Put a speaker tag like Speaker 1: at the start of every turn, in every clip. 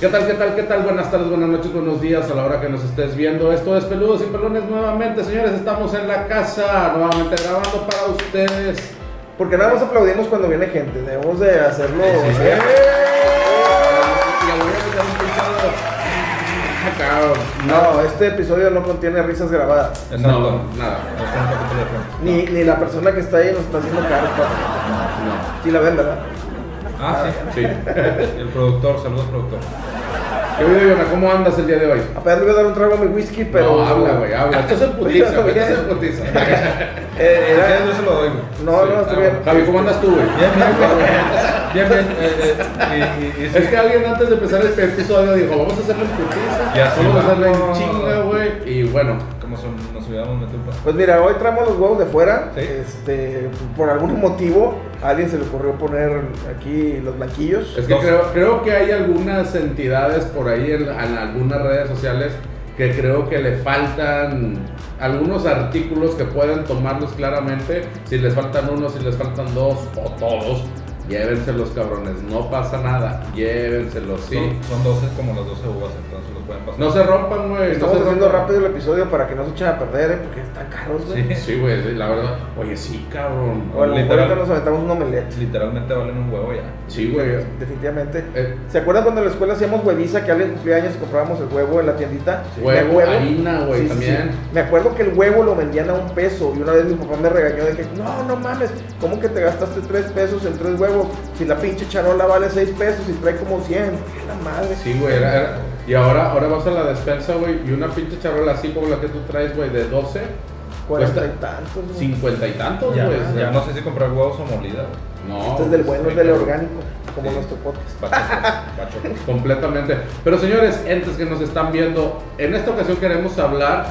Speaker 1: ¿Qué tal, qué tal, qué tal? Buenas tardes, buenas noches, buenos días a la hora que nos estés viendo. Esto es Peludos y Pelones nuevamente, señores. Estamos en la casa, nuevamente grabando para ustedes.
Speaker 2: Porque nada más aplaudimos cuando viene gente, debemos de hacerlo.
Speaker 1: Sí, sí.
Speaker 2: ¡Eh!
Speaker 1: Y a huevo que estamos escuchando. Ah, cabrón.
Speaker 2: No, este episodio no contiene risas grabadas.
Speaker 1: No, nada.
Speaker 2: Ni, ni la persona que está ahí nos está haciendo carpa.
Speaker 1: No.
Speaker 2: Sí la ven, ¿verdad?
Speaker 3: Ah, sí.
Speaker 1: Sí.
Speaker 3: El productor, saludos productor.
Speaker 1: ¿Qué video, Yona? ¿Cómo andas el día de hoy?
Speaker 2: Apenas le voy a dar un trago a mi whisky, pero.
Speaker 1: no, habla, güey, habla. Esto es en putiza, güey, esto es en putiza.
Speaker 2: Eh, era-
Speaker 3: Ya, yo se lo doy, güey.
Speaker 2: No,
Speaker 3: Sí.
Speaker 2: no,
Speaker 3: Ah,
Speaker 2: estoy bien.
Speaker 1: Javi, ¿cómo andas tú, güey?
Speaker 3: Bien, bien, bien, bien, bien, eh, eh, y- y- y-
Speaker 1: Es que alguien antes de empezar el episodio dijo, vamos a hacerlo en putiza.
Speaker 3: Y así
Speaker 1: vamos a hacerlo en
Speaker 3: vamos.
Speaker 1: chinga, güey. Y bueno,
Speaker 3: Como son, nos hubiéramos metido un paso.
Speaker 2: Pues mira, hoy traemos los huevos de fuera.
Speaker 3: Sí.
Speaker 2: Este, por algún motivo, a alguien se le ocurrió poner aquí los blanquillos.
Speaker 1: Es que
Speaker 3: No sé.
Speaker 1: creo, creo que hay algunas entidades por ahí en, en algunas redes sociales que creo que le faltan algunos artículos que pueden tomarlos claramente. Si les faltan uno, si les faltan dos o todos, llévenselos cabrones. No pasa nada, llévenselos, sí.
Speaker 3: Son, son 12 como las 12 uvas, entonces lo pueden pasar.
Speaker 1: No se rompan, güey. No
Speaker 2: Estamos
Speaker 1: se
Speaker 2: haciendo
Speaker 1: rompan.
Speaker 2: rápido el episodio para que no se echen a perder, ¿eh? porque están caros, güey.
Speaker 3: Sí.
Speaker 1: Sí, güey, sí, la verdad. Oye, sí, cabrón.
Speaker 2: O a lo mejor
Speaker 3: Literal.
Speaker 2: ahorita nos aventamos un omelette.
Speaker 3: Literalmente valen un huevo ya.
Speaker 1: Sí, güey.
Speaker 2: Definitivamente.
Speaker 1: Eh,
Speaker 2: ¿Se acuerdan cuando en la escuela hacíamos hueviza que alguien cumplía años y comprábamos el huevo en la tiendita?
Speaker 1: Sí.
Speaker 2: Me
Speaker 1: Huevo,
Speaker 2: acuerdo-
Speaker 1: harina, güey, también.
Speaker 2: Me acuerdo que el huevo lo vendían a un peso y una vez mi papá me regañó de que, no, no mames, ¿cómo que te gastaste tres pesos en tres huevos? Si la pinche charola vale seis pesos y trae como 100. ¡Qué la madre!
Speaker 1: Sí, güey, era, era- Y ahora, ahora vas a la despensa, güey, y una pinche charola así como la que tú traes, güey, de 12,
Speaker 2: Cuarenta y
Speaker 1: cuesta
Speaker 2: tantos. güey.
Speaker 1: 50 y tantos,
Speaker 3: Ya,
Speaker 1: güey. o sea,
Speaker 3: ya Pues, no sé si comprar huevos o molida. güey.
Speaker 1: No.
Speaker 2: Este es del bueno, es del
Speaker 3: Claro.
Speaker 2: orgánico, como
Speaker 3: Sí.
Speaker 2: nuestro podcast.
Speaker 3: Pacho, pacho.
Speaker 1: Completamente. Pero señores, entes que nos están viendo, en esta ocasión queremos hablar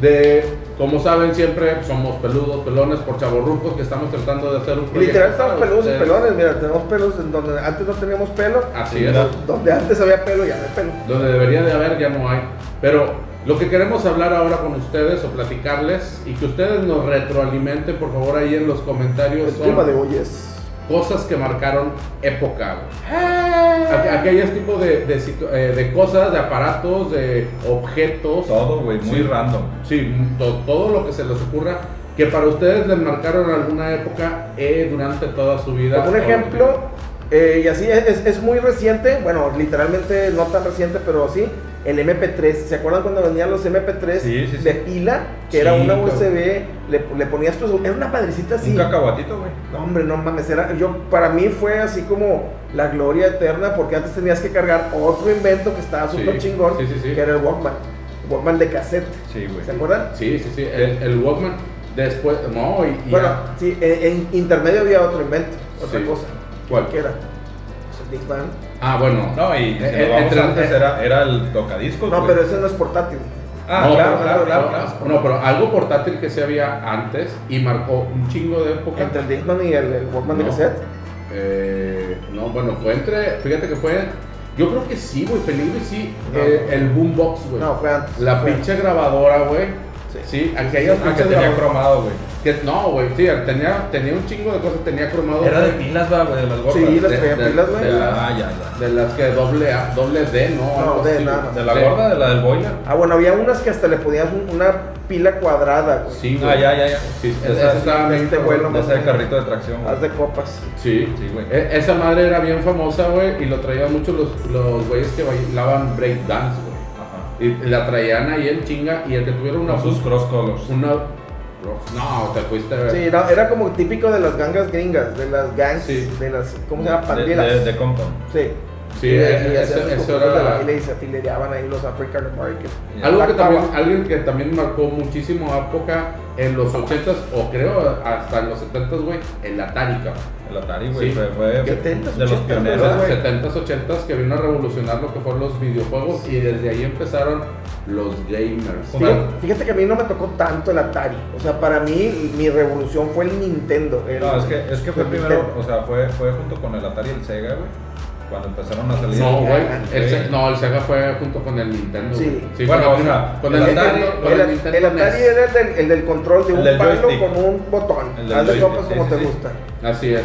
Speaker 1: de, como saben siempre, somos peludos, pelones, por chavorrucos, que estamos tratando de hacer un
Speaker 2: Y
Speaker 1: para
Speaker 2: literal estamos peludos y
Speaker 1: ustedes.
Speaker 2: pelones, mira, tenemos pelos en donde antes no teníamos pelo.
Speaker 1: Así es.
Speaker 2: Donde antes había pelo, ya no hay pelo.
Speaker 1: Donde debería de haber ya no hay. Pero lo que queremos hablar ahora con ustedes o platicarles y que ustedes nos retroalimenten, por favor, ahí en los comentarios
Speaker 2: El
Speaker 1: son
Speaker 2: tema de hoy es...
Speaker 1: cosas que marcaron época. güey. Aqu-
Speaker 2: Ah,
Speaker 1: Aquellos este tipo de, de situ- eh, de cosas, de aparatos, de objetos.
Speaker 3: Todo, güey, muy
Speaker 1: Sí.
Speaker 3: random.
Speaker 1: Sí, to- todo lo que se les ocurra que para ustedes les marcaron alguna época eh, durante toda su vida.
Speaker 2: Como un ejemplo, eh, y así es, es- es muy reciente, bueno, literalmente no tan reciente, pero sí, el MP3. ¿Se acuerdan cuando venían los MP3
Speaker 3: Sí, sí, sí.
Speaker 2: de pila? Que
Speaker 3: Sí,
Speaker 2: era una
Speaker 3: cabrón.
Speaker 2: USB, le, le ponías tu. Era una padrecita así.
Speaker 3: Un cacahuatito, güey.
Speaker 2: No, hombre, no mames, era, yo, para mí fue así como la gloria eterna, porque antes tenías que cargar otro invento que estaba
Speaker 1: Sí,
Speaker 2: súper chingón,
Speaker 1: sí, sí, sí.
Speaker 2: que era el Walkman. Walkman de cassette.
Speaker 3: Sí, güey.
Speaker 2: ¿Se acuerdan?
Speaker 1: Sí, sí, sí. El, el Walkman. Después, no, y. y-
Speaker 2: Bueno, sí, en, en intermedio había otro invento, otra
Speaker 1: Sí.
Speaker 2: cosa.
Speaker 1: ¿Cuál?
Speaker 2: ¿Qué era? Pues el Discman.
Speaker 1: Ah, bueno.
Speaker 3: No, y si
Speaker 1: Eh,
Speaker 3: nos vamos
Speaker 1: entre-
Speaker 3: antes
Speaker 1: eh,
Speaker 3: era, era el
Speaker 1: Pues,
Speaker 3: tocadiscos.
Speaker 2: No,
Speaker 3: güey.
Speaker 2: pero ese no es portátil.
Speaker 3: Ah,
Speaker 1: no,
Speaker 3: claro,
Speaker 1: pero-
Speaker 3: claro, claro,
Speaker 1: no,
Speaker 3: claro.
Speaker 1: No, pero algo portátil que se había antes y marcó un chingo de época.
Speaker 2: Entre el Discman y el, el Walkman de
Speaker 1: No.
Speaker 2: cassette.
Speaker 1: Eh, no, bueno, fue entre. Fíjate que fue. Yo creo que sí, güey, peligro y sí.
Speaker 2: No.
Speaker 1: eh, el boombox, güey.
Speaker 2: No, fue antes.
Speaker 1: La
Speaker 2: fue
Speaker 1: pinche grabadora, güey.
Speaker 2: Sí.
Speaker 1: Sí, aquellas
Speaker 3: Ah, que
Speaker 1: pinches
Speaker 3: tenía
Speaker 1: grabadoras-
Speaker 3: cromado, güey.
Speaker 1: que- No, güey, sí, tenía, tenía un chingo de cosas, tenía cromado. güey,
Speaker 3: pilas, va, güey, de las gorras.
Speaker 2: Sí, las
Speaker 1: de-
Speaker 2: traía
Speaker 1: de-
Speaker 2: pilas, güey.
Speaker 1: de la-
Speaker 3: Ah, ya, ya.
Speaker 1: de las que doble A, doble D, ¿no?
Speaker 2: No,
Speaker 1: Algo
Speaker 2: D,
Speaker 1: así,
Speaker 2: nada
Speaker 1: güey.
Speaker 2: más.
Speaker 3: ¿De la
Speaker 1: Sí.
Speaker 3: gorda? ¿De la del boiler?
Speaker 2: antes. Ah, bueno, había unas que hasta le ponías un- una pila cuadrada, güey.
Speaker 1: Sí, güey.
Speaker 3: Ah, ya, ya, ya.
Speaker 1: Sí,
Speaker 3: Esa-
Speaker 1: esa estaba bien
Speaker 2: este
Speaker 1: cabrón.
Speaker 2: vuelo
Speaker 3: esa de carrito de tracción. güey.
Speaker 2: Haz de copas.
Speaker 1: Sí,
Speaker 3: Sí, güey.
Speaker 1: E- esa madre era bien famosa, güey, y lo traían mucho los, los güeyes que bailaban breakdance, güey.
Speaker 3: Ajá.
Speaker 1: Y la traían ahí en chinga, y el que tuviera una...
Speaker 3: Con sus cross colors.
Speaker 1: Una... No, te fuiste, güey.
Speaker 2: Sí, era, era como típico de las gangas gringas, de las gangs,
Speaker 1: Sí.
Speaker 2: de las, ¿cómo se llama?
Speaker 3: De,
Speaker 2: Pandillas.
Speaker 3: de, de Compton.
Speaker 2: Sí.
Speaker 1: Sí,
Speaker 2: Y- y
Speaker 1: eh,
Speaker 2: hacían
Speaker 1: eso-
Speaker 2: sus
Speaker 1: eso
Speaker 2: concursos de
Speaker 1: era-
Speaker 2: la fila y se afiliaban ahí los African Americans.
Speaker 3: Ya.
Speaker 1: Algo que
Speaker 2: La
Speaker 1: también,
Speaker 2: cava.
Speaker 1: alguien que también marcó muchísimo época en los 80s, o creo hasta en los 70s, güey, el Atari, cabrón.
Speaker 3: El Atari, güey.
Speaker 1: Sí.
Speaker 3: Fue, fue
Speaker 2: ¿Qué
Speaker 3: de
Speaker 2: tentas,
Speaker 3: los
Speaker 2: ochenta,
Speaker 1: En
Speaker 3: pioneros,
Speaker 1: los
Speaker 2: verdad,
Speaker 3: güey.
Speaker 1: 70s, 80s, que vino a revolucionar lo que fueron los videojuegos, y desde ahí empezaron los gamers.
Speaker 3: Una-
Speaker 2: Fíjate, fíjate que a mí no me tocó tanto el Atari. O sea, para mí, mi revolución fue el Nintendo. el-
Speaker 3: No, es que, es que fue
Speaker 2: el
Speaker 3: primero,
Speaker 2: Nintendo.
Speaker 3: o sea, fue, fue junto con el Atari y el Sega, güey. cuando empezaron a salir.
Speaker 1: No, güey. El,
Speaker 3: Sí.
Speaker 1: Se- no, el Sega fue junto con el Nintendo.
Speaker 2: Sí.
Speaker 1: güey. sí
Speaker 3: Bueno,
Speaker 1: con,
Speaker 3: o
Speaker 1: el-
Speaker 3: sea,
Speaker 1: con
Speaker 3: el
Speaker 1: el,
Speaker 3: Atari-
Speaker 1: Nintendo, con
Speaker 2: El,
Speaker 1: el
Speaker 2: el
Speaker 1: Nintendo E
Speaker 2: Atari
Speaker 1: NES.
Speaker 2: era el del, el del control de
Speaker 3: El
Speaker 2: un
Speaker 3: del
Speaker 2: palo
Speaker 3: joystick.
Speaker 2: con un botón.
Speaker 3: El del
Speaker 2: Haz de
Speaker 3: joystick,
Speaker 2: copas
Speaker 3: sí,
Speaker 2: como
Speaker 3: sí,
Speaker 2: te
Speaker 3: sí.
Speaker 2: gusta.
Speaker 1: Así es.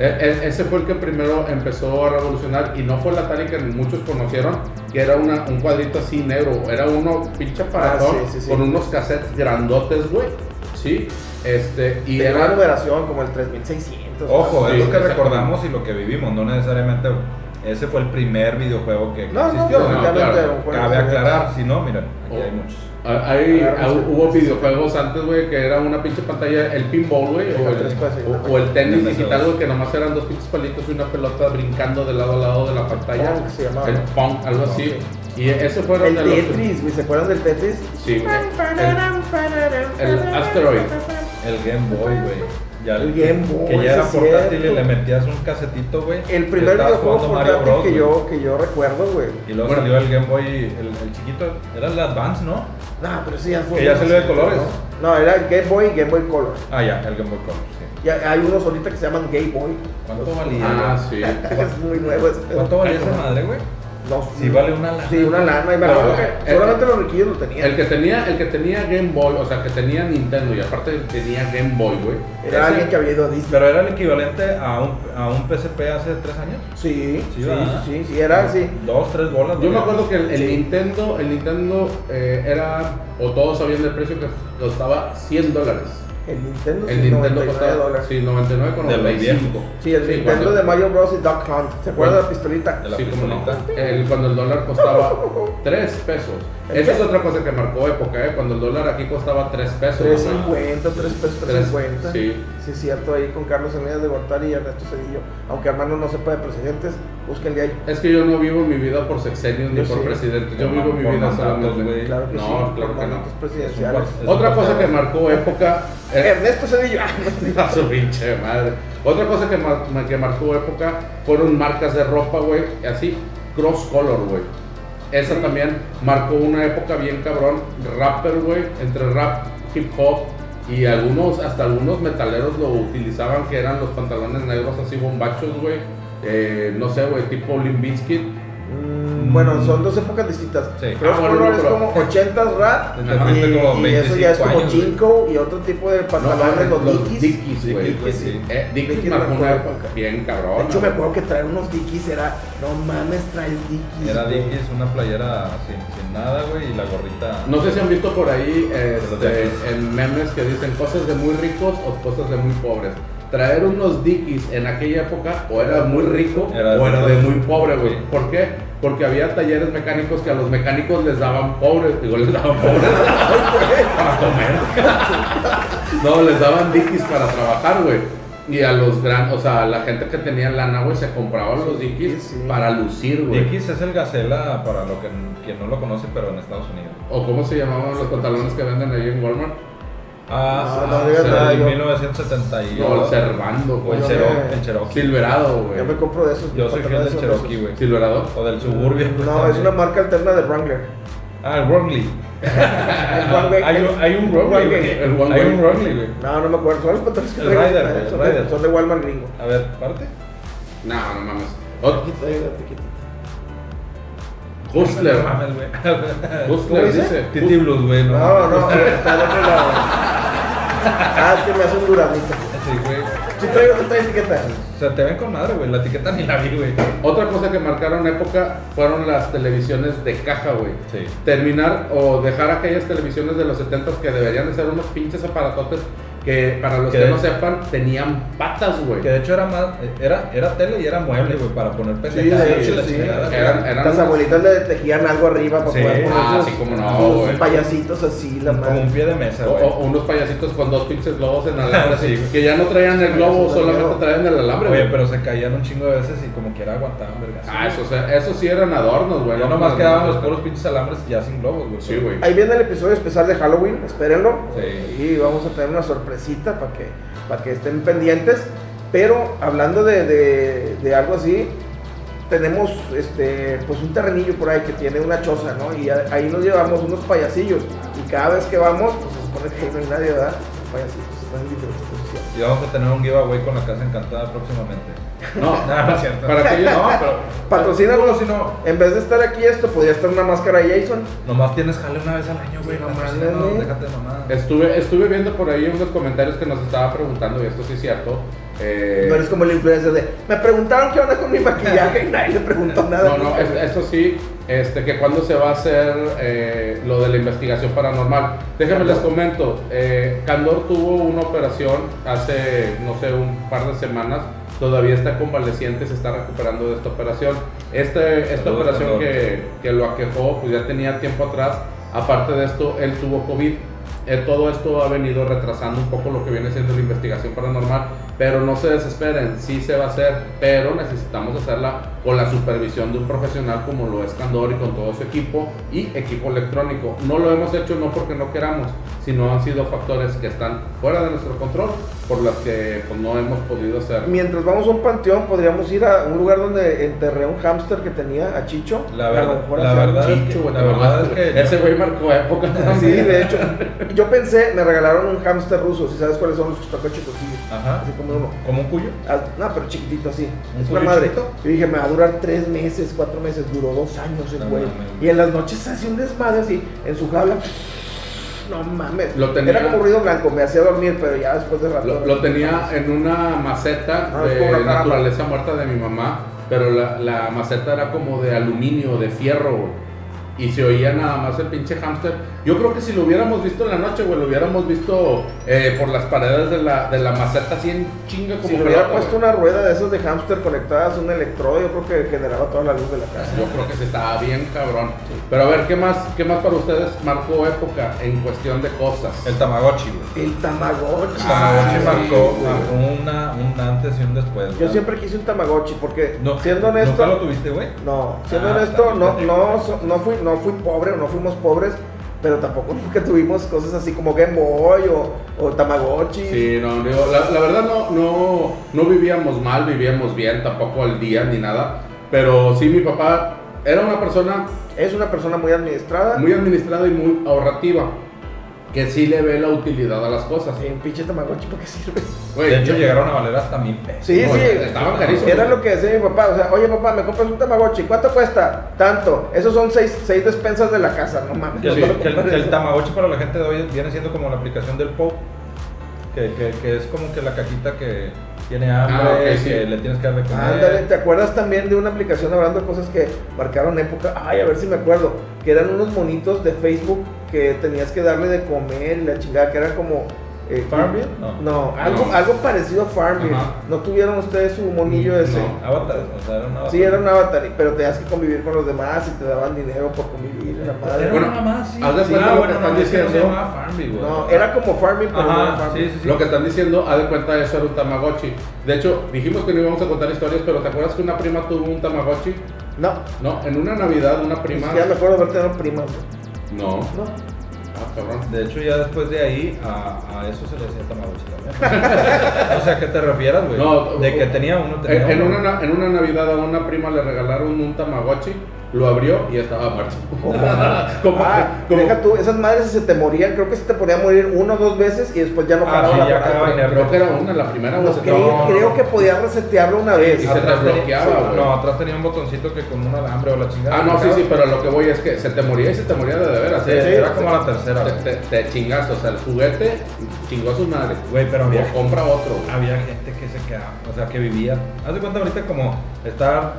Speaker 1: E- e- ese fue el que primero empezó a revolucionar y no fue el Atari que muchos conocieron, que era una, un cuadrito así negro, era uno pinche aparatón
Speaker 2: Ah, sí, sí, sí.
Speaker 1: con unos cassettes grandotes, güey. Sí, este, y
Speaker 2: Y era una
Speaker 1: era.
Speaker 2: numeración como el 3600.
Speaker 3: Ojo,
Speaker 1: Sí,
Speaker 3: es lo que
Speaker 1: exacto.
Speaker 3: recordamos y lo que vivimos, no necesariamente ese fue el primer videojuego que que
Speaker 2: No, pues, no,
Speaker 3: existió.
Speaker 1: no,
Speaker 2: definitivamente
Speaker 1: claro.
Speaker 2: era un juego.
Speaker 3: Cabe aclarar, si no, mira, aquí
Speaker 1: Oh.
Speaker 3: hay muchos.
Speaker 1: a- Hay,
Speaker 2: Agarra
Speaker 1: a-
Speaker 2: un-
Speaker 1: hubo videojuegos antes, güey, que era una pinche pantalla, el pinball, güey, o,
Speaker 2: Déjame
Speaker 1: el-
Speaker 2: tres cosas,
Speaker 1: o-
Speaker 2: déjame.
Speaker 1: o el tenis
Speaker 3: Déjame
Speaker 1: digital,
Speaker 3: dos.
Speaker 1: güey, que nomás eran dos pinches palitos y una pelota brincando de lado a lado de la pantalla.
Speaker 2: Pong se llamaba,
Speaker 1: El
Speaker 2: ¿no?
Speaker 1: punk, algo así. Y eso fueron
Speaker 2: El
Speaker 1: de los-
Speaker 2: Tetris, güey, ¿se acuerdan del Tetris?
Speaker 1: Sí, güey. El- el Asteroid.
Speaker 3: El Game Boy, güey. Ya
Speaker 2: El Game Boy,
Speaker 3: Que ya era
Speaker 2: sí es
Speaker 3: portátil y
Speaker 2: cierto.
Speaker 3: le metías un casetito, güey.
Speaker 2: El
Speaker 3: y
Speaker 2: primer
Speaker 3: estabas
Speaker 2: videojuego
Speaker 3: jugando Mario
Speaker 2: portátil
Speaker 3: Bros,
Speaker 2: que,
Speaker 3: güey.
Speaker 2: yo, que yo recuerdo, güey.
Speaker 3: Y luego
Speaker 1: Bueno.
Speaker 3: salió el Game Boy, el, el chiquito, era el Advance, ¿no?
Speaker 2: No, pero sí ya fue.
Speaker 3: Que ya salió de colores.
Speaker 2: No, era Game Boy y Game Boy Color.
Speaker 3: Ah, ya, el Game Boy Color, sí.
Speaker 2: Y hay hay unos ahorita que se llaman Game Boy.
Speaker 3: ¿Cuánto valía?
Speaker 1: Ah,
Speaker 3: güey?
Speaker 1: sí.
Speaker 2: Es muy nuevo ese pedo.
Speaker 3: ¿Cuánto valía esa madre, güey?
Speaker 2: No,
Speaker 3: Sí, vale una lana.
Speaker 2: Sí, una lana. Y me
Speaker 1: Pero,
Speaker 2: acuerdo que
Speaker 1: eh,
Speaker 2: solamente los riquillos lo tenían.
Speaker 1: El que tenía, el que tenía Game Boy, o sea, que tenía Nintendo y aparte tenía Game Boy, güey.
Speaker 2: Era
Speaker 3: ese-
Speaker 2: alguien que había ido a Disney.
Speaker 3: Pero era el equivalente a un, a un PSP hace tres años.
Speaker 2: Sí, sí, sí,
Speaker 3: ¿verdad?
Speaker 2: sí, sí, era así.
Speaker 3: Dos, tres bolas.
Speaker 1: Yo
Speaker 3: güey.
Speaker 1: me acuerdo que el, el
Speaker 2: Sí.
Speaker 1: Nintendo, el Nintendo eh, era, o todos sabían del precio que costaba 100 dólares.
Speaker 2: El Nintendo,
Speaker 1: El
Speaker 2: sí,
Speaker 1: Nintendo
Speaker 2: 99
Speaker 1: costaba
Speaker 2: dólares.
Speaker 1: sí, 99
Speaker 3: De los
Speaker 1: 95.
Speaker 3: viejos.
Speaker 2: Sí, el Nintendo
Speaker 1: cuando-
Speaker 2: de Mario Bros. y Duck Hunt. ¿Se acuerdan de la pistolita?
Speaker 3: De la
Speaker 1: sí, como no.
Speaker 3: pistolita.
Speaker 1: El- cuando el dólar costaba 3 pesos.
Speaker 2: ¿El
Speaker 1: Esa
Speaker 2: qué?
Speaker 1: es otra cosa que marcó época, ¿eh? Cuando el dólar aquí costaba 3 pesos. mamá.
Speaker 2: 350, 3 pesos,
Speaker 1: Tres,
Speaker 2: 350.
Speaker 1: sí.
Speaker 2: Sí, es cierto, ahí con Carlos Hernández de Gortari y Ernesto Cedillo. Aunque hermano no sepa de presidentes, búsquenle ahí.
Speaker 1: Es que yo no vivo mi vida por sexenios ni
Speaker 2: Yo
Speaker 1: por
Speaker 2: sí.
Speaker 1: presidente. Yo
Speaker 3: Por
Speaker 1: vivo
Speaker 3: man-
Speaker 1: mi
Speaker 3: por
Speaker 1: vida
Speaker 3: mandatos,
Speaker 1: solamente.
Speaker 3: güey.
Speaker 2: Claro que
Speaker 1: no,
Speaker 2: sí,
Speaker 1: claro que
Speaker 2: por
Speaker 1: no.
Speaker 2: mandatos presidenciales.
Speaker 3: Es un
Speaker 1: Otra
Speaker 3: Es
Speaker 1: cosa que
Speaker 3: importante.
Speaker 1: marcó época. eh,
Speaker 2: Ernesto Cedillo. Ah, no sé.
Speaker 1: a su pinche madre. Otra cosa que, mar- ma- que marcó época fueron marcas de ropa, güey. Así, cross color, güey. Esa también marcó una época bien cabrón. Rapper, güey. Entre rap, hip hop y algunos, hasta algunos metaleros lo utilizaban, que eran los pantalones negros así bombachos, güey. Eh, no sé, güey, tipo Limp Bizkit.
Speaker 2: Mm, Bueno, son dos épocas distintas.
Speaker 3: Sí.
Speaker 2: Cross
Speaker 1: Ah, bueno,
Speaker 2: Color
Speaker 1: no,
Speaker 2: es
Speaker 1: pero-
Speaker 2: como 80s rap
Speaker 3: Te
Speaker 2: y,
Speaker 3: tardaste como
Speaker 2: y eso ya es
Speaker 3: 25
Speaker 2: como
Speaker 3: años, güey.
Speaker 2: chinko y otro tipo de pantalones,
Speaker 1: No,
Speaker 2: los
Speaker 1: los
Speaker 2: dickies.
Speaker 1: Dickies,
Speaker 3: Sí,
Speaker 1: güey.
Speaker 3: güey, sí.
Speaker 1: Eh, Dickies
Speaker 2: Dickies
Speaker 1: marcó
Speaker 2: marcó
Speaker 1: una
Speaker 2: época.
Speaker 1: época bien cabrón.
Speaker 2: De hecho, me
Speaker 1: güey.
Speaker 2: acuerdo que traer unos dickies era, no mames, traes dickies.
Speaker 3: Era
Speaker 2: güey.
Speaker 3: Dickies, una playera sin, sin nada, güey, y la gorrita.
Speaker 1: No sé si han visto por ahí este,
Speaker 3: Los
Speaker 1: en memes que dicen cosas de muy ricos o cosas de muy pobres. Traer unos dickies en aquella época o era muy rico
Speaker 3: Era
Speaker 1: o era
Speaker 3: de-
Speaker 1: de muy pobre, güey.
Speaker 3: Sí.
Speaker 1: ¿Por qué? Porque había talleres mecánicos que a los mecánicos les daban pobres. Digo, les daban pobres para comer. no, les daban dickies para trabajar, güey. Y a los gran, o sea, la gente que tenía lana, güey, se compraba los
Speaker 2: Sí,
Speaker 1: dickies
Speaker 2: sí.
Speaker 1: para lucir, güey.
Speaker 3: Dickies es el Gacela para lo que, quien no lo conoce, pero en Estados Unidos.
Speaker 1: ¿O cómo se llamaban los pantalones que venden ahí en Walmart?
Speaker 2: No,
Speaker 3: Ah,
Speaker 2: no
Speaker 3: sí,
Speaker 2: digas
Speaker 3: sí,
Speaker 2: nada,
Speaker 3: en
Speaker 2: yo-
Speaker 3: 1971.
Speaker 1: No, el Cervando,
Speaker 3: O
Speaker 1: güey.
Speaker 3: el
Speaker 2: Yo
Speaker 3: Chero-
Speaker 2: me-
Speaker 3: el Cherokee.
Speaker 1: Silverado, güey.
Speaker 2: Yo me compro de esos.
Speaker 3: Yo soy fiel
Speaker 2: pantalones
Speaker 3: del
Speaker 2: de esos.
Speaker 3: Cherokee, güey.
Speaker 1: ¿Silverado?
Speaker 3: O del Suburbia. pues,
Speaker 2: No, es
Speaker 3: también.
Speaker 2: una marca alterna de Wrangler.
Speaker 3: Ah, el Wrongly.
Speaker 2: El Wrangler-
Speaker 3: Ah, Hay un, hay un Wrangler, güey.
Speaker 2: Wrangler.
Speaker 1: El Wrangler.
Speaker 3: Hay un Wrangler, güey.
Speaker 2: No, no me acuerdo. Son los pantalones que
Speaker 3: El
Speaker 2: traigo.
Speaker 3: Rider, el
Speaker 2: son, de-
Speaker 3: Rider.
Speaker 2: son de Walmart gringo.
Speaker 3: A ver, parte.
Speaker 1: No, no mames. Ot-
Speaker 2: Aquí traigo la etiqueta.
Speaker 1: Hustler.
Speaker 3: No mames, güey.
Speaker 1: Hustler
Speaker 2: dice?
Speaker 1: dice.
Speaker 3: Titi Blues, güey.
Speaker 2: No, no, está del otro lado. Ah, es que me hace un duradito.
Speaker 3: Sí, güey.
Speaker 2: Sí traigo otra etiqueta.
Speaker 3: O sea, te ven con madre, güey. La etiqueta ni la vi, güey.
Speaker 1: Otra cosa que marcaron época fueron las televisiones de caja, güey.
Speaker 3: Sí.
Speaker 1: Terminar o dejar aquellas televisiones de los 70 que deberían de ser unos pinches aparatotes que para los
Speaker 3: Que
Speaker 1: que
Speaker 3: de-
Speaker 1: no sepan tenían patas, güey.
Speaker 3: Que de hecho era más, era, era tele y era mueble, güey, para poner pendejadas
Speaker 2: de hecho,
Speaker 3: y la
Speaker 2: sí.
Speaker 3: chingada, güey.
Speaker 1: Eran, eran
Speaker 2: Las
Speaker 1: unas-
Speaker 2: abuelitas le tejían algo arriba para
Speaker 3: Sí.
Speaker 2: poder poner
Speaker 1: Ah,
Speaker 2: sus-
Speaker 1: sí, cómo no,
Speaker 2: sus
Speaker 1: güey.
Speaker 2: payasitos así, la
Speaker 3: Como un
Speaker 2: madre.
Speaker 3: pie de mesa,
Speaker 1: o,
Speaker 3: güey.
Speaker 1: o unos payasitos con dos pinches globos en alambre,
Speaker 3: Sí,
Speaker 1: así,
Speaker 3: güey.
Speaker 1: que ya no traían el globo,
Speaker 2: Eso también.
Speaker 1: solamente traían el alambre,
Speaker 3: Oye,
Speaker 1: güey.
Speaker 3: pero se caían un chingo de veces y como quiera aguantaban, vergas.
Speaker 1: Ah, eso, o sea, eso sí eran adornos, güey.
Speaker 3: Ya
Speaker 1: no
Speaker 3: nomás
Speaker 1: mames.
Speaker 3: quedaban los puros pinches alambres ya sin globos, güey.
Speaker 1: Sí, güey.
Speaker 2: Ahí viene el episodio especial de Halloween, espérenlo.
Speaker 3: Sí.
Speaker 2: Y vamos a tener una sorpresita para que, para que estén pendientes. Pero hablando de, de- de algo así, tenemos este, pues un terrenillo por ahí que tiene una choza, ¿no? Y a- ahí nos llevamos unos payasillos. Y cada vez que vamos, pues se supone que ahí no hay nadie, ¿verdad? payasitos, están en diferentes posiciones.
Speaker 3: Y vamos a tener un giveaway con la casa encantada próximamente.
Speaker 1: No,
Speaker 3: No, no es cierto.
Speaker 1: para que ellos-
Speaker 3: no, pero.
Speaker 2: Patrocínanos.
Speaker 3: si no.
Speaker 2: En vez de estar aquí esto, podría estar una máscara de Jason.
Speaker 3: Nomás tienes jale una vez al año, güey.
Speaker 2: Sí,
Speaker 3: No
Speaker 2: no
Speaker 3: mames,
Speaker 2: mames,
Speaker 3: no,
Speaker 2: güey.
Speaker 3: déjate de mamada.
Speaker 1: Estuve, estuve viendo por ahí unos comentarios que nos estaba preguntando, y esto sí es cierto. eh,
Speaker 2: No eres como el influencer de, me preguntaron qué onda con mi maquillaje y nadie le preguntó nada.
Speaker 1: No, no, es- esto sí, este, que cuando se va a hacer eh, lo de la investigación paranormal. Déjenme les comento, eh, Candor tuvo una operación hace, no sé, un par de semanas, todavía está convaleciente, se está recuperando de esta operación. Este, esta
Speaker 3: Saludos,
Speaker 1: operación
Speaker 3: Candor.
Speaker 1: que, que lo aquejó, pues ya tenía tiempo atrás, aparte de esto, él tuvo COVID. Eh, todo esto ha venido retrasando un poco lo que viene siendo la investigación paranormal, pero no se desesperen, sí se va a hacer, pero necesitamos hacerla con la supervisión de un profesional como lo es Candor y con todo su equipo y equipo electrónico. No lo hemos hecho no porque no queramos, sino han sido factores que están fuera de nuestro control por las que pues, no hemos podido hacer.
Speaker 2: Mientras vamos a un panteón, podríamos ir a un lugar donde enterré un hámster que tenía, a Chicho.
Speaker 3: La
Speaker 2: A lo
Speaker 3: verdad,
Speaker 2: mejor
Speaker 3: la
Speaker 2: hacer
Speaker 3: verdad
Speaker 2: un
Speaker 3: es
Speaker 2: Chicho.
Speaker 3: que, la verdad es que
Speaker 1: ese güey marcó época.
Speaker 2: Sí, de hecho. Yo pensé, me regalaron un hámster ruso, si sabes cuáles son los que están con chicotillos.
Speaker 3: Ajá.
Speaker 2: Así como uno.
Speaker 3: ¿Como un cuyo?
Speaker 2: Ah, No, pero chiquitito así.
Speaker 3: ¿Un
Speaker 2: Es una
Speaker 3: pollo
Speaker 2: madre.
Speaker 3: chiquito?
Speaker 2: Yo dije, me va a durar tres meses, cuatro meses. Duró dos años el
Speaker 3: No
Speaker 2: güey.
Speaker 3: mames.
Speaker 2: Y en las noches hacía un desmadre así, en su jaula. No mames.
Speaker 1: Lo tenía-
Speaker 2: Era como ruido blanco, me hacía dormir, pero ya después de rato.
Speaker 1: Lo, lo tenía en una maceta
Speaker 2: Ah, es como
Speaker 1: de
Speaker 2: la cara.
Speaker 1: naturaleza muerta de mi mamá, pero la, la maceta era como de aluminio, de fierro, güey. Y se oía nada más el pinche hámster. Yo creo que si lo hubiéramos visto en la noche, güey, lo hubiéramos visto eh, por las paredes de la, de la maceta así en chinga como
Speaker 2: Si le
Speaker 1: pelota,
Speaker 2: hubiera puesto
Speaker 1: güey.
Speaker 2: una rueda de esas de hámster conectadas a un electrodo, yo creo que generaba toda la luz de la casa.
Speaker 1: Yo creo que se estaba bien cabrón. Pero a ver, ¿qué más, ¿qué más para ustedes marcó época en cuestión de cosas?
Speaker 3: El Tamagotchi, güey.
Speaker 2: El Tamagotchi.
Speaker 3: El Tamagotchi
Speaker 1: Ah, sí,
Speaker 3: marcó
Speaker 2: güey.
Speaker 3: marcó una, un antes y un después.
Speaker 2: Yo
Speaker 3: güey.
Speaker 2: siempre quise un Tamagotchi porque,
Speaker 3: No,
Speaker 2: siendo
Speaker 3: ¿Nunca
Speaker 2: honesto,
Speaker 3: lo tuviste, güey?
Speaker 2: No, siendo
Speaker 3: Ah,
Speaker 2: honesto,
Speaker 3: también
Speaker 2: no,
Speaker 3: te
Speaker 2: no,
Speaker 3: digo.
Speaker 2: so- no, fui, no fui pobre o no fuimos pobres, pero tampoco nunca tuvimos cosas así como Game Boy o, o Tamagotchi.
Speaker 1: Sí, no, digo, la, la verdad no, no, no vivíamos mal, vivíamos bien, tampoco al día ni nada. Pero sí, mi papá era una persona
Speaker 2: Es una persona muy administrada.
Speaker 1: muy administrada y muy ahorrativa, que sí le ve la utilidad a las cosas.
Speaker 2: Sí, un pinche Tamagotchi, ¿para qué sirve?
Speaker 1: Güey,
Speaker 3: de hecho,
Speaker 1: yo-
Speaker 3: llegaron a valer hasta mil pesos.
Speaker 2: Sí,
Speaker 1: No,
Speaker 2: sí.
Speaker 1: estaban carísimos.
Speaker 2: Era lo que decía mi papá, o sea, oye papá, me compras un Tamagotchi, ¿cuánto cuesta? Tanto. Esos son seis, seis despensas de la casa, no mames.
Speaker 3: Que el,
Speaker 1: Sí,
Speaker 3: que
Speaker 2: no
Speaker 3: el-
Speaker 2: lo
Speaker 3: que el-
Speaker 2: compres
Speaker 3: que el
Speaker 2: eso.
Speaker 3: Tamagotchi para la gente de hoy viene siendo como la aplicación del Pop. Que, que- que es como que la cajita que tiene hambre,
Speaker 1: Ah, ok,
Speaker 3: que
Speaker 1: sí.
Speaker 3: le tienes que dar de comer.
Speaker 2: Ándale, ¿te acuerdas también de una aplicación hablando de cosas que marcaron época? Ay, a ver si me acuerdo. Que eran unos monitos de Facebook que tenías que darle de comer y la chingada, que era como. eh,
Speaker 3: ¿Farmville?
Speaker 2: No,
Speaker 3: No.
Speaker 2: algo,
Speaker 1: No.
Speaker 2: algo parecido a Farmville.
Speaker 1: Ajá.
Speaker 2: ¿No tuvieron ustedes su monillo ese?
Speaker 1: No.
Speaker 3: Mm, Avatar, o sea, era una
Speaker 2: Sí, era un avatar, y- pero tenías que convivir con los demás y te daban dinero por convivir. La madre.
Speaker 1: Bueno,
Speaker 3: más, sí.
Speaker 1: haz de
Speaker 3: Sí, ah,
Speaker 1: cuenta lo
Speaker 3: bueno,
Speaker 1: que
Speaker 3: no,
Speaker 1: están
Speaker 3: es que no se
Speaker 1: diciendo.
Speaker 3: llamaba Farmville, güey.
Speaker 2: No, era como Farmville, pero no era
Speaker 3: Ajá, sí,
Speaker 2: Farmville.
Speaker 3: sí, sí.
Speaker 1: Lo que están diciendo, haz de cuenta, eso era un Tamagotchi. De hecho, dijimos que no íbamos a contar historias, pero ¿te acuerdas que una prima tuvo un Tamagotchi?
Speaker 2: No,
Speaker 1: No, en una Navidad, una
Speaker 2: ni
Speaker 1: prima.
Speaker 2: siquiera me acuerdo de haber tenido primas. güey.
Speaker 1: No,
Speaker 2: No.
Speaker 1: ah, cabrón.
Speaker 3: De hecho, ya después de ahí, a, a eso se le decía Tamagotchi también. o sea, ¿qué te refieras, güey?
Speaker 1: No,
Speaker 3: de que tenía uno, tenía
Speaker 1: En, Eh, en
Speaker 3: uno.
Speaker 1: una, na- en una Navidad a una prima le regalaron un Tamagotchi, lo abrió y estaba muerto. Como-
Speaker 2: Oh. Ah,
Speaker 1: como-
Speaker 2: deja tú, esas madres si se te morían, creo que se te podía morir uno o dos veces y después ya no
Speaker 3: Ah,
Speaker 2: paraba
Speaker 3: sí,
Speaker 2: la
Speaker 3: ya
Speaker 2: parada.
Speaker 3: acaba de-
Speaker 1: creo que era una, la primera o
Speaker 2: No,
Speaker 1: se-
Speaker 2: creo,
Speaker 3: no,
Speaker 2: creo
Speaker 3: no.
Speaker 2: que podía resetearlo una vez.
Speaker 1: Y se
Speaker 3: Atrás
Speaker 1: te
Speaker 3: tenía-
Speaker 1: bloqueaba,
Speaker 3: sí,
Speaker 1: güey.
Speaker 3: No, atrás tenía un botoncito que con un alambre o la chingada.
Speaker 1: Ah, no, sí,
Speaker 3: ¿no?
Speaker 1: sí, pero lo que voy es que se te moría y se te moría de de veras.
Speaker 3: Sí,
Speaker 1: ¿eh?
Speaker 2: sí,
Speaker 3: era como la tercera.
Speaker 1: Te,
Speaker 3: güey.
Speaker 1: te- te chingaste, o sea, el juguete chingó a su madre.
Speaker 3: Güey, pero había,
Speaker 1: O compra otro.
Speaker 2: Ah,
Speaker 1: güey.
Speaker 3: había gente que se quedaba, o sea, que vivía. Haz de cuenta ahorita como está,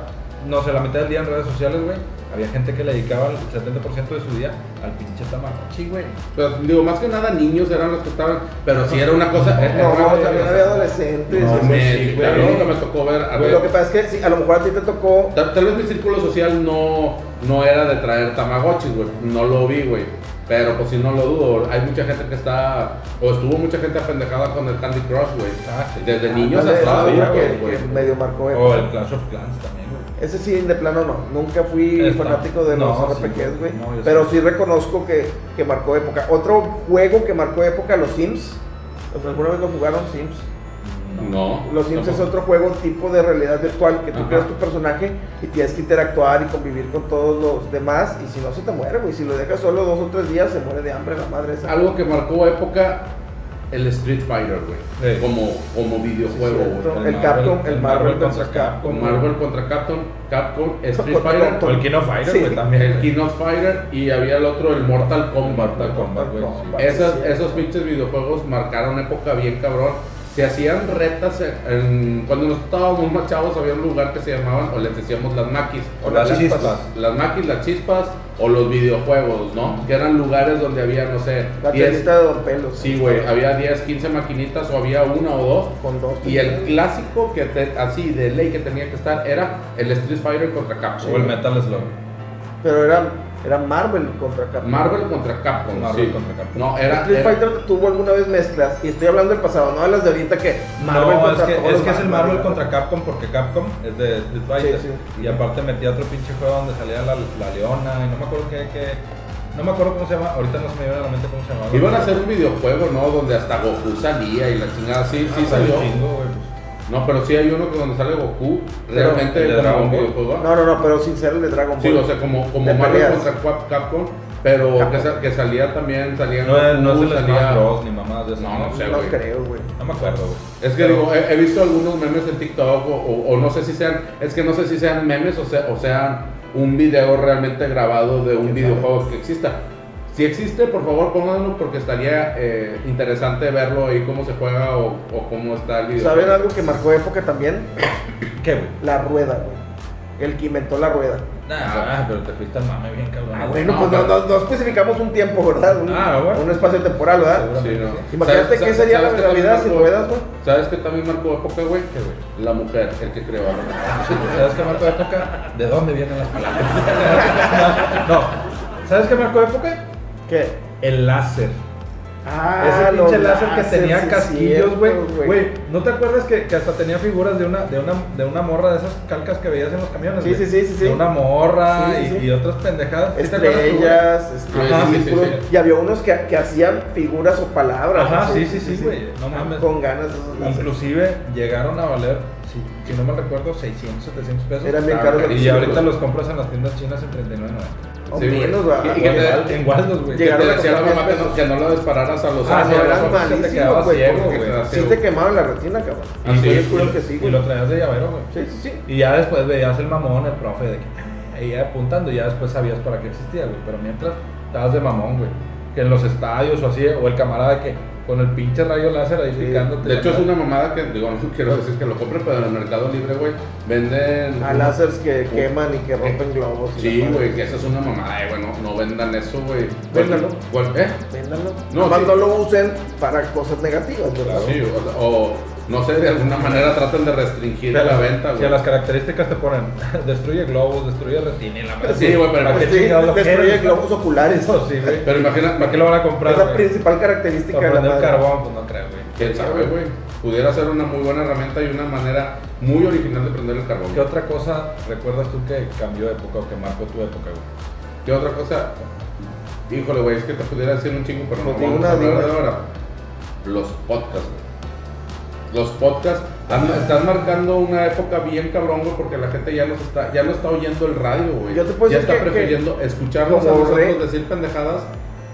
Speaker 3: no sé, la mitad del día en redes sociales, güey. Había gente que le dedicaba el 70% de su día al pinche Tamagotchi, güey.
Speaker 1: Pues, digo, más que nada niños eran los que estaban, pero sí era una cosa. era
Speaker 2: No,
Speaker 1: una-
Speaker 2: también había adolescentes.
Speaker 1: No,
Speaker 2: eso
Speaker 1: me-
Speaker 2: sí,
Speaker 1: claro,
Speaker 2: güey.
Speaker 1: nunca me tocó ver. a
Speaker 2: Güey,
Speaker 1: ver.
Speaker 2: Lo que pasa es que sí, a lo mejor a ti te tocó.
Speaker 1: Tal, tal vez mi círculo social no, no era de traer tamagotchis, güey. No lo vi, güey. Pero pues si no lo dudo, hay mucha gente que está, o estuvo mucha gente apendejada con el Candy Crush, güey.
Speaker 3: Ah, sí.
Speaker 1: Desde
Speaker 2: Ah,
Speaker 1: niños
Speaker 2: ándale,
Speaker 1: hasta
Speaker 2: esa
Speaker 1: adultos,
Speaker 2: otra que,
Speaker 1: güey.
Speaker 2: que medio marcó.
Speaker 3: O
Speaker 2: güey.
Speaker 3: el Clash of Clans también, güey.
Speaker 2: Ese sí, de plano no. Nunca fui
Speaker 3: Esta-
Speaker 2: fanático de los
Speaker 3: no,
Speaker 2: RPGs,
Speaker 3: sí,
Speaker 2: güey.
Speaker 3: no, yo
Speaker 2: pero
Speaker 3: sí.
Speaker 2: sí reconozco que, que marcó época. Otro juego que marcó época, los Sims. O sea, ¿Alguna vez lo jugaron Sims?
Speaker 1: No.
Speaker 2: Los Sims es
Speaker 1: tampoco.
Speaker 2: otro juego tipo de realidad virtual que tú
Speaker 1: Ajá.
Speaker 2: creas tu personaje y tienes que interactuar y convivir con todos los demás y si no se te muere, güey, si lo dejas solo dos o tres días se muere de hambre la madre esa.
Speaker 1: Algo que marcó época, el Street Fighter, güey.
Speaker 3: Sí.
Speaker 1: Como, como videojuego,
Speaker 2: Sí,
Speaker 1: güey.
Speaker 2: cierto. El Capcom- el Marvel contra
Speaker 1: Con Marvel contra Capcom, Capcom, Street
Speaker 2: Contra
Speaker 1: Fighter,
Speaker 2: Capcom.
Speaker 3: O el King of Fighters,
Speaker 2: Sí.
Speaker 3: güey, también.
Speaker 1: el King of Fighter y había el otro, el Mortal Kombat.
Speaker 3: Mortal Kombat, güey. sí.
Speaker 2: Kombat.
Speaker 1: Esas-
Speaker 2: Sí, cierto.
Speaker 1: esos pinches videojuegos marcaron época bien cabrón. Se hacían retas en- cuando nosotros estábamos más chavos había un lugar que se llamaban o les decíamos las maquis.
Speaker 2: O las
Speaker 3: Las
Speaker 2: chispas.
Speaker 3: chispas.
Speaker 1: Las maquis, las chispas o los videojuegos, ¿no? Que eran lugares donde había, no sé,
Speaker 2: La
Speaker 1: 10,
Speaker 2: tiendita de Don Pelos.
Speaker 1: sí, güey, había 10, 15 maquinitas o había una o dos.
Speaker 2: Con dos.
Speaker 1: Y el
Speaker 2: tres.
Speaker 1: clásico que te- así de ley que tenía que estar era el Street Fighter contra Capcom.
Speaker 3: O el Metal Slug.
Speaker 2: Pero era, era Marvel contra Capcom.
Speaker 1: Marvel contra Capcom,
Speaker 3: Marvel
Speaker 1: sí.
Speaker 3: contra Capcom.
Speaker 1: No, era,
Speaker 2: Street
Speaker 1: era-
Speaker 2: Fighter tuvo alguna vez mezclas. Y estoy hablando del pasado, no de las de ahorita que Marvel
Speaker 3: no, es
Speaker 2: contra
Speaker 3: que,
Speaker 2: todos
Speaker 3: es,
Speaker 2: los
Speaker 3: que es el Marvel contra Capcom porque Capcom es de Street Fighter.
Speaker 2: Sí, sí.
Speaker 3: Y aparte metía otro pinche juego donde salía la, la leona y no me acuerdo qué, qué- No me acuerdo cómo se llama. Ahorita no se me viene a la mente cómo se llamaba.
Speaker 1: Iban a hacer un videojuego, ¿no? Donde hasta Goku salía y la chingada. Sí,
Speaker 3: Ah,
Speaker 1: sí
Speaker 3: pues,
Speaker 1: salió.
Speaker 3: un chingo, güey, pues.
Speaker 1: No, pero sí hay uno que donde sale Goku.
Speaker 2: Pero-
Speaker 1: Realmente
Speaker 3: ¿El de
Speaker 1: como
Speaker 3: Dragon
Speaker 1: un
Speaker 3: Ball?
Speaker 1: videojuego.
Speaker 2: No, no, no, pero sin ser el de Dragon Ball.
Speaker 1: sí, o sea, como, como
Speaker 2: De
Speaker 1: Marvel
Speaker 2: peleas.
Speaker 1: contra Cap- Capcom. Pero
Speaker 2: Capcom.
Speaker 1: Que, sa- que salía también, salía
Speaker 3: No, es- no es el
Speaker 1: salía-
Speaker 3: pues. Uh, Smash Bros. ni mamadas de eso.
Speaker 1: No, no sé.
Speaker 2: no
Speaker 1: güey.
Speaker 2: creo, güey.
Speaker 3: No me acuerdo, güey.
Speaker 1: Es que
Speaker 3: Pero-
Speaker 1: digo, he, he visto algunos memes en TikTok o, o- o no sé si sean, es que no sé si sean memes o sea, o sean un video realmente grabado de un videojuego que exista. Si existe, por favor pónganlo porque estaría eh, interesante verlo y cómo se juega o, o cómo está el video.
Speaker 2: ¿Saben algo que marcó época también?
Speaker 3: ¿Qué, güey?
Speaker 2: La rueda, güey. El que inventó la rueda.
Speaker 3: Nah, ah, pero te fuiste al mame bien, cabrón.
Speaker 2: Ah, bueno,
Speaker 1: No,
Speaker 2: pues no,
Speaker 1: pero-
Speaker 2: no, no especificamos un tiempo, ¿verdad? Un,
Speaker 3: Ah, bueno.
Speaker 2: un espacio temporal, ¿verdad?
Speaker 1: Sí, no.
Speaker 2: Imagínate
Speaker 1: ¿Sabes-
Speaker 2: qué
Speaker 1: sabes-
Speaker 2: sería la
Speaker 1: sabes que también
Speaker 2: gravedad sin
Speaker 1: marcó-
Speaker 2: ruedas, güey.
Speaker 1: ¿Sabes que también marcó época, güey?
Speaker 3: ¿Qué, güey?
Speaker 1: La mujer, el que creó.
Speaker 3: ¿Sabes qué marcó época? ¿De dónde vienen las palabras? no. ¿Sabes qué marcó época?
Speaker 2: ¿Qué?
Speaker 3: El láser.
Speaker 2: Ah,
Speaker 3: Ese
Speaker 2: los
Speaker 3: pinche láser que
Speaker 2: láser,
Speaker 3: tenía
Speaker 2: sí,
Speaker 3: casquillos, güey.
Speaker 2: cierto,
Speaker 3: Güey, ¿no te acuerdas que, que hasta tenía figuras de una, de, una, de una morra de esas calcas que veías en los camiones?
Speaker 2: Sí,
Speaker 3: güey?
Speaker 2: sí, sí, sí, sí.
Speaker 3: De una morra
Speaker 2: Sí, sí,
Speaker 3: y,
Speaker 2: sí.
Speaker 3: y otras pendejadas. ¿Sí te acuerdas tú, güey?
Speaker 2: Estrellas, este,
Speaker 3: Ah,
Speaker 1: Ajá, sí, sí,
Speaker 2: círculos.
Speaker 1: sí.
Speaker 2: Y había unos que, que hacían figuras o palabras.
Speaker 3: Ajá,
Speaker 2: ¿no?
Speaker 3: sí, sí, sí, güey. No mames.
Speaker 2: Con ganas de esos láseres.
Speaker 3: Inclusive llegaron a valer, si, si no me recuerdo, 600, 700 pesos.
Speaker 2: Eran bien
Speaker 1: Ah,
Speaker 2: caros.
Speaker 1: carísimo.
Speaker 3: Y ahorita
Speaker 1: güey.
Speaker 3: los compras en las tiendas chinas en 39
Speaker 2: O
Speaker 1: Sí, güey.
Speaker 2: menos, va.
Speaker 1: Y- y que te-
Speaker 2: Igual.
Speaker 3: En Waldos, güey.
Speaker 1: Que te
Speaker 2: Llegaron a
Speaker 1: decía la
Speaker 2: costar
Speaker 1: mamá que
Speaker 2: diez
Speaker 1: no,
Speaker 2: pesos.
Speaker 1: que no lo dispararas a los
Speaker 3: Ah,
Speaker 2: Ah,
Speaker 1: años,
Speaker 2: no,
Speaker 3: sí,
Speaker 1: a
Speaker 2: eran
Speaker 1: los
Speaker 3: mal.
Speaker 1: ojos.
Speaker 3: te
Speaker 2: malísimos,
Speaker 3: quedabas
Speaker 2: güey.
Speaker 3: ciego,
Speaker 2: porque
Speaker 3: güey.
Speaker 2: Sí te quemaban la retina, cabrón.
Speaker 1: Ah,
Speaker 2: Y
Speaker 1: sí,
Speaker 2: estoy seguro que sí,
Speaker 3: Y
Speaker 2: güey.
Speaker 3: lo traías de llavero, güey.
Speaker 2: Sí, sí, sí.
Speaker 3: Y ya después veías el mamón, el profe, de que ah, ahí apuntando, y ya después sabías para qué existía, güey. Pero mientras estabas de mamón, güey. Que en los estadios o así, o el camarada que con el pinche rayo láser ahí picándote.
Speaker 1: De hecho, es una mamada que, digo, no quiero decir que lo compren, pero en el Mercado Libre, güey, venden.
Speaker 2: A láseres que queman y que rompen globos. y
Speaker 1: Sí,
Speaker 2: la madre.
Speaker 1: güey, que eso es una mamada, eh, güey, no, no vendan eso, güey.
Speaker 2: Véndalo.
Speaker 1: Bueno, ¿eh?
Speaker 2: Véndanlo.
Speaker 1: No,
Speaker 2: Nomás
Speaker 1: sí.
Speaker 2: no lo usen para cosas negativas, ¿verdad?
Speaker 1: Sí, o, sea, o no sé, de alguna manera tratan de restringir la venta,
Speaker 3: Si a
Speaker 1: güey.
Speaker 3: las características te ponen, destruye globos, destruye retina y la madre.
Speaker 1: Sí, güey, pero-
Speaker 3: ¿Para qué
Speaker 2: Sí,
Speaker 3: chingados lo
Speaker 2: destruye
Speaker 3: quieres?
Speaker 2: globos oculares.
Speaker 3: Eso sí, güey.
Speaker 1: Pero imagina,
Speaker 3: ¿Para qué lo van a comprar?
Speaker 2: es la
Speaker 3: güey?
Speaker 2: principal característica
Speaker 3: ¿Para
Speaker 2: de la
Speaker 3: prender
Speaker 2: madre.
Speaker 3: carbón? Pues no creo, güey.
Speaker 1: quién sabe, güey. Pudiera ser una muy buena herramienta y una manera muy original de prender el carbón.
Speaker 3: ¿Qué otra cosa recuerdas tú que cambió de época o que marcó tu época, güey?
Speaker 1: ¿Qué otra cosa? Híjole, güey, es que te pudiera decir un chingo, pero no
Speaker 2: Pues
Speaker 1: vamos
Speaker 2: ninguna,
Speaker 1: a hablar de
Speaker 2: ninguna.
Speaker 1: ahora. Los podcasts, güey. Los podcasts han- están marcando una época bien cabrón, güey, porque la gente ya los está, ya no está oyendo el radio, güey.
Speaker 2: Yo te puedo
Speaker 1: ya
Speaker 2: decir
Speaker 1: está
Speaker 2: que- que-
Speaker 1: prefiriendo escucharnos a
Speaker 2: como
Speaker 1: nosotros
Speaker 2: re-
Speaker 1: decir pendejadas.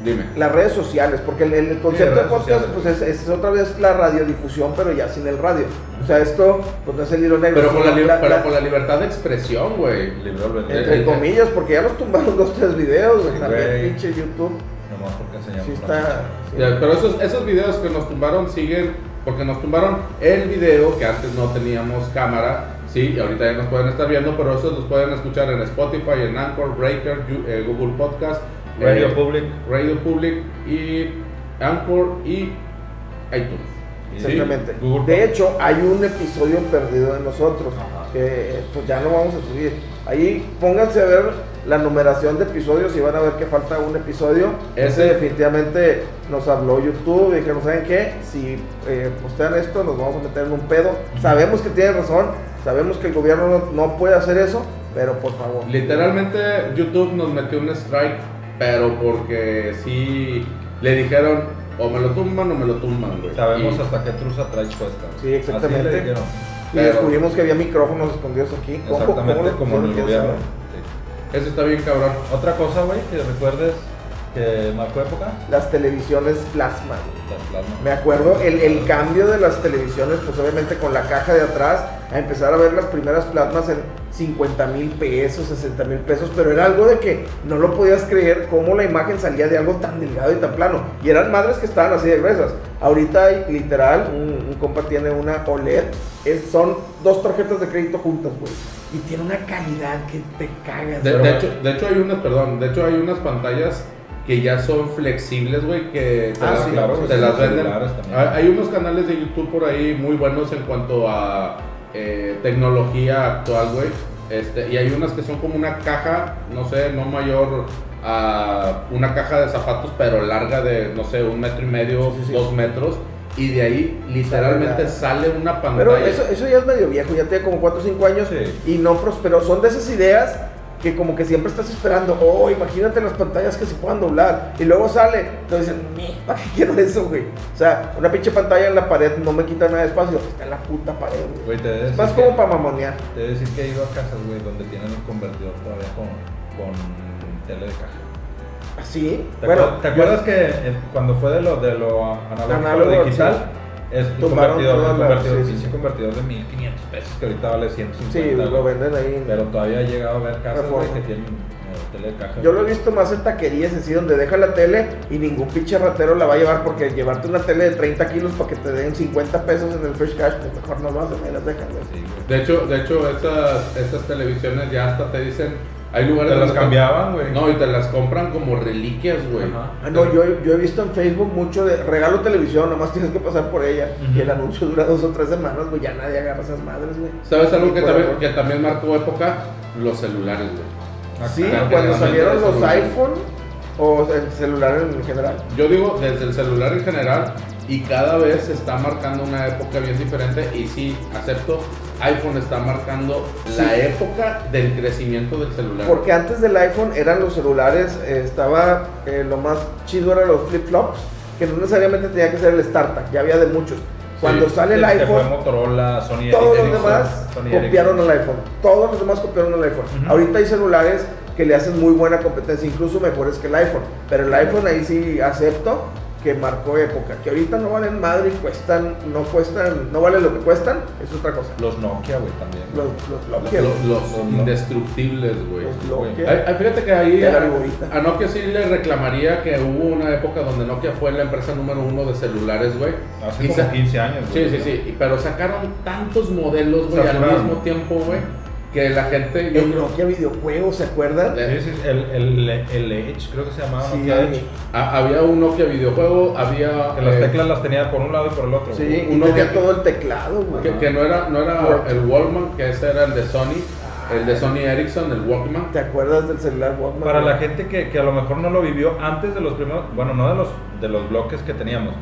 Speaker 1: Dime.
Speaker 2: Las redes sociales, porque el, el concepto
Speaker 3: Sí,
Speaker 2: de
Speaker 3: redes
Speaker 2: podcast
Speaker 3: sociales.
Speaker 2: pues es, es otra vez la radiodifusión, pero ya sin el radio. O sea, esto pues no es el hilo negro.
Speaker 1: Pero con la,
Speaker 2: sino
Speaker 1: li-
Speaker 2: la-
Speaker 1: pero
Speaker 2: la-
Speaker 1: con la libertad de expresión, güey.
Speaker 3: Libro al vender.
Speaker 2: entre comillas, porque ya nos tumbaron dos tres videos, güey.
Speaker 3: Sí,
Speaker 2: También
Speaker 3: güey.
Speaker 2: pinche YouTube.
Speaker 3: Nomás porque enseñamos.
Speaker 2: Sí
Speaker 3: una
Speaker 2: está. sí.
Speaker 1: Ya, Pero esos, esos videos que nos tumbaron siguen, porque nos tumbaron el video, que antes no teníamos cámara, sí, y ahorita ya nos pueden estar viendo, pero esos los pueden escuchar en Spotify, en Anchor, Breaker, Yu- eh, Google Podcast, eh,
Speaker 3: Radio Public.
Speaker 1: Radio Public y Anchor y iTunes.
Speaker 3: Sí,
Speaker 2: Exactamente.
Speaker 3: Google
Speaker 2: de
Speaker 3: Podcast.
Speaker 2: hecho, hay un episodio perdido de nosotros
Speaker 3: Ajá.
Speaker 2: que eh, pues ya no vamos a subir. Ahí pónganse a ver la numeración de episodios y van a ver que falta un episodio. Ese
Speaker 1: Ese-
Speaker 2: definitivamente nos habló YouTube y dijeron, ¿saben qué? Si eh, postean esto nos vamos a meter en un pedo. Sabemos que tienen razón, sabemos que el gobierno no, no puede hacer eso, pero por favor.
Speaker 1: Literalmente YouTube nos metió un strike, pero porque sí le dijeron o me lo tumban o me lo tumban, güey.
Speaker 3: Sabemos
Speaker 1: Y-
Speaker 3: hasta qué truza trae puesta.
Speaker 2: Sí, exactamente.
Speaker 3: Así le dijeron.
Speaker 2: y
Speaker 1: pero-
Speaker 2: descubrimos que había micrófonos escondidos aquí. ¿Cómo- cómo
Speaker 3: Exactamente
Speaker 2: los
Speaker 3: como en el
Speaker 2: pusieron? ¿Quién
Speaker 3: gobierno.
Speaker 2: sabe?
Speaker 3: Sí.
Speaker 1: Eso está bien cabrón.
Speaker 3: Otra cosa, güey, que recuerdes que marcó época,
Speaker 2: Las televisiones plasma, güey.
Speaker 3: las Ah, plasma.
Speaker 2: Me acuerdo el, el cambio de las televisiones, pues obviamente con la caja de atrás, a empezar a ver las primeras plasmas en 50 mil pesos, 60 mil pesos, pero era algo de que no lo podías creer cómo la imagen salía de algo tan delgado y tan plano. Y eran madres que estaban así de gruesas. Ahorita hay literal, un, un compa tiene una OLED, es- son dos tarjetas de crédito juntas, güey. Y tiene una calidad que te cagas,
Speaker 1: De,
Speaker 2: güey.
Speaker 1: de hecho, de hecho hay unas, perdón, de hecho hay unas pantallas que ya son flexibles, güey, que te,
Speaker 2: Ah,
Speaker 1: las,
Speaker 2: sí,
Speaker 3: claro,
Speaker 1: te
Speaker 3: que sí,
Speaker 1: las
Speaker 3: los
Speaker 1: venden.
Speaker 3: celulares también.
Speaker 2: Ah,
Speaker 1: Hay, hay unos canales de YouTube por ahí muy buenos en cuanto a eh, tecnología actual, güey. Este, y hay unas que son como una caja, no sé, no mayor a una caja de zapatos, pero larga de, no sé, un metro y medio,
Speaker 2: Sí, sí, sí.
Speaker 1: dos metros. Y de ahí literalmente sale una pantalla.
Speaker 2: Pero eso, eso ya es medio viejo, ya tiene como 4 o 5 años
Speaker 3: Sí.
Speaker 2: y no prosperó. Son de esas ideas que como que siempre estás esperando, oh, imagínate las pantallas que se puedan doblar. Y luego sale, te dicen, "Ni, ¿para qué quiero eso, güey? O sea, una pinche pantalla en la pared no me quita nada de espacio, está en la puta pared, güey.
Speaker 3: Güey, te debes
Speaker 2: Es más como para mamonear.
Speaker 3: Te voy a decir que he ido a casas, güey, donde tienen un convertidor todavía con, con tele de caja.
Speaker 2: ¿Así?
Speaker 3: ¿Te, acuer- te acuerdas que eh, cuando fue de lo, de lo analógico,
Speaker 2: Análogo,
Speaker 3: a digital, es un
Speaker 2: Tumbaron
Speaker 3: convertidor,
Speaker 2: todas
Speaker 3: un
Speaker 2: las-
Speaker 3: convertidor,
Speaker 2: sí, sí,
Speaker 3: pinche
Speaker 2: sí.
Speaker 3: convertidor de 1500 pesos, que ahorita vale 150.
Speaker 2: Sí, lo
Speaker 3: güey.
Speaker 2: venden ahí.
Speaker 3: Pero todavía he llegado a ver casas, güey,
Speaker 2: Reforma.
Speaker 3: que tienen eh, tele de caja.
Speaker 2: Yo lo he visto más en taquerías, así donde deja la tele y ningún pinche ratero la va a llevar porque llevarte una tele de 30 kilos para que te den 50 pesos en el fresh cash, pues mejor no lo hacen, ahí las dejan. güey.
Speaker 3: Sí, güey.
Speaker 1: De hecho, de hecho estas, estas televisiones ya hasta te dicen, hay lugares
Speaker 3: Te las
Speaker 1: donde-
Speaker 3: cambiaban, güey.
Speaker 1: No, y te las compran como reliquias, güey.
Speaker 3: Ajá.
Speaker 2: Ah, no, yo, yo he visto en Facebook mucho de regalo televisión, nomás tienes que pasar por ella.
Speaker 3: Ujú.
Speaker 2: Y el anuncio dura dos o tres semanas, güey, ya nadie agarra esas madres, güey.
Speaker 1: ¿Sabes algo
Speaker 2: Y
Speaker 1: que
Speaker 2: por
Speaker 1: también,
Speaker 2: amor.
Speaker 1: que también marcó época? Los celulares, güey.
Speaker 3: Acá,
Speaker 2: Sí,
Speaker 1: claro que
Speaker 2: cuando
Speaker 1: realmente
Speaker 2: salieron
Speaker 1: es
Speaker 2: los
Speaker 1: muy-
Speaker 2: iPhone o el celular en general.
Speaker 1: Yo digo desde el celular en general y cada vez se está marcando una época bien diferente y sí, acepto, iPhone está marcando la
Speaker 2: Sí.
Speaker 1: época del crecimiento del celular.
Speaker 2: Porque antes del iPhone eran los celulares, eh, estaba eh, lo más chido eran los flip-flops, que no necesariamente tenía que ser el startup, ya había de muchos. Cuando
Speaker 3: Sí,
Speaker 2: sale el
Speaker 3: este fue
Speaker 2: iPhone,
Speaker 3: Motorola, Sony
Speaker 2: todos los
Speaker 3: Ericsson,
Speaker 2: demás
Speaker 3: Sony Ericsson.
Speaker 2: copiaron al iPhone. Todos los demás copiaron al iPhone.
Speaker 3: Ujú.
Speaker 2: Ahorita hay celulares que le hacen muy buena competencia, incluso mejores que el iPhone. Pero el iPhone ahí sí acepto que marcó época, que ahorita no valen madre y cuestan, no cuestan, no vale lo que cuestan, es otra cosa.
Speaker 3: Los Nokia, güey, también.
Speaker 2: Los, los
Speaker 1: Los-
Speaker 2: Nokia,
Speaker 1: los, los
Speaker 3: Los-
Speaker 1: indestructibles, güey.
Speaker 2: los
Speaker 3: güey.
Speaker 2: Nokia.
Speaker 1: Ay, ay, fíjate que ahí
Speaker 2: De la viborita.
Speaker 1: a, a Nokia sí le reclamaría que hubo una época donde Nokia fue la empresa número uno de celulares, güey.
Speaker 3: Hace
Speaker 1: Y
Speaker 3: como
Speaker 1: sa-
Speaker 3: 15 años,
Speaker 1: Sí,
Speaker 3: güey.
Speaker 1: sí, sí. Y- Pero sacaron tantos modelos, güey, al
Speaker 3: Saturaron.
Speaker 1: mismo tiempo, güey, que la gente. Yo
Speaker 2: El
Speaker 1: creo
Speaker 2: Nokia videojuegos, ¿se acuerdan?
Speaker 1: Eh,
Speaker 3: Sí, sí, el, el, el Edge, creo que se llamaba.
Speaker 2: Sí,
Speaker 3: Nokia Edge.
Speaker 1: a- había un Nokia videojuego, había.
Speaker 3: Que las
Speaker 1: eh,
Speaker 3: teclas las tenía por un lado y por el otro.
Speaker 2: Sí,
Speaker 3: güey.
Speaker 2: y
Speaker 1: Uno
Speaker 2: tenía
Speaker 1: que-
Speaker 2: todo el teclado, güey.
Speaker 1: Que, que no era, no era
Speaker 2: Walkman.
Speaker 1: el Walkman, que ese era el de Sony, el de Sony Ericsson, el Walkman.
Speaker 2: ¿Te acuerdas del celular Walkman?
Speaker 3: Para la
Speaker 2: güey?
Speaker 3: gente que, que a lo mejor no lo vivió antes de los primeros, bueno, no de los, de los bloques que teníamos.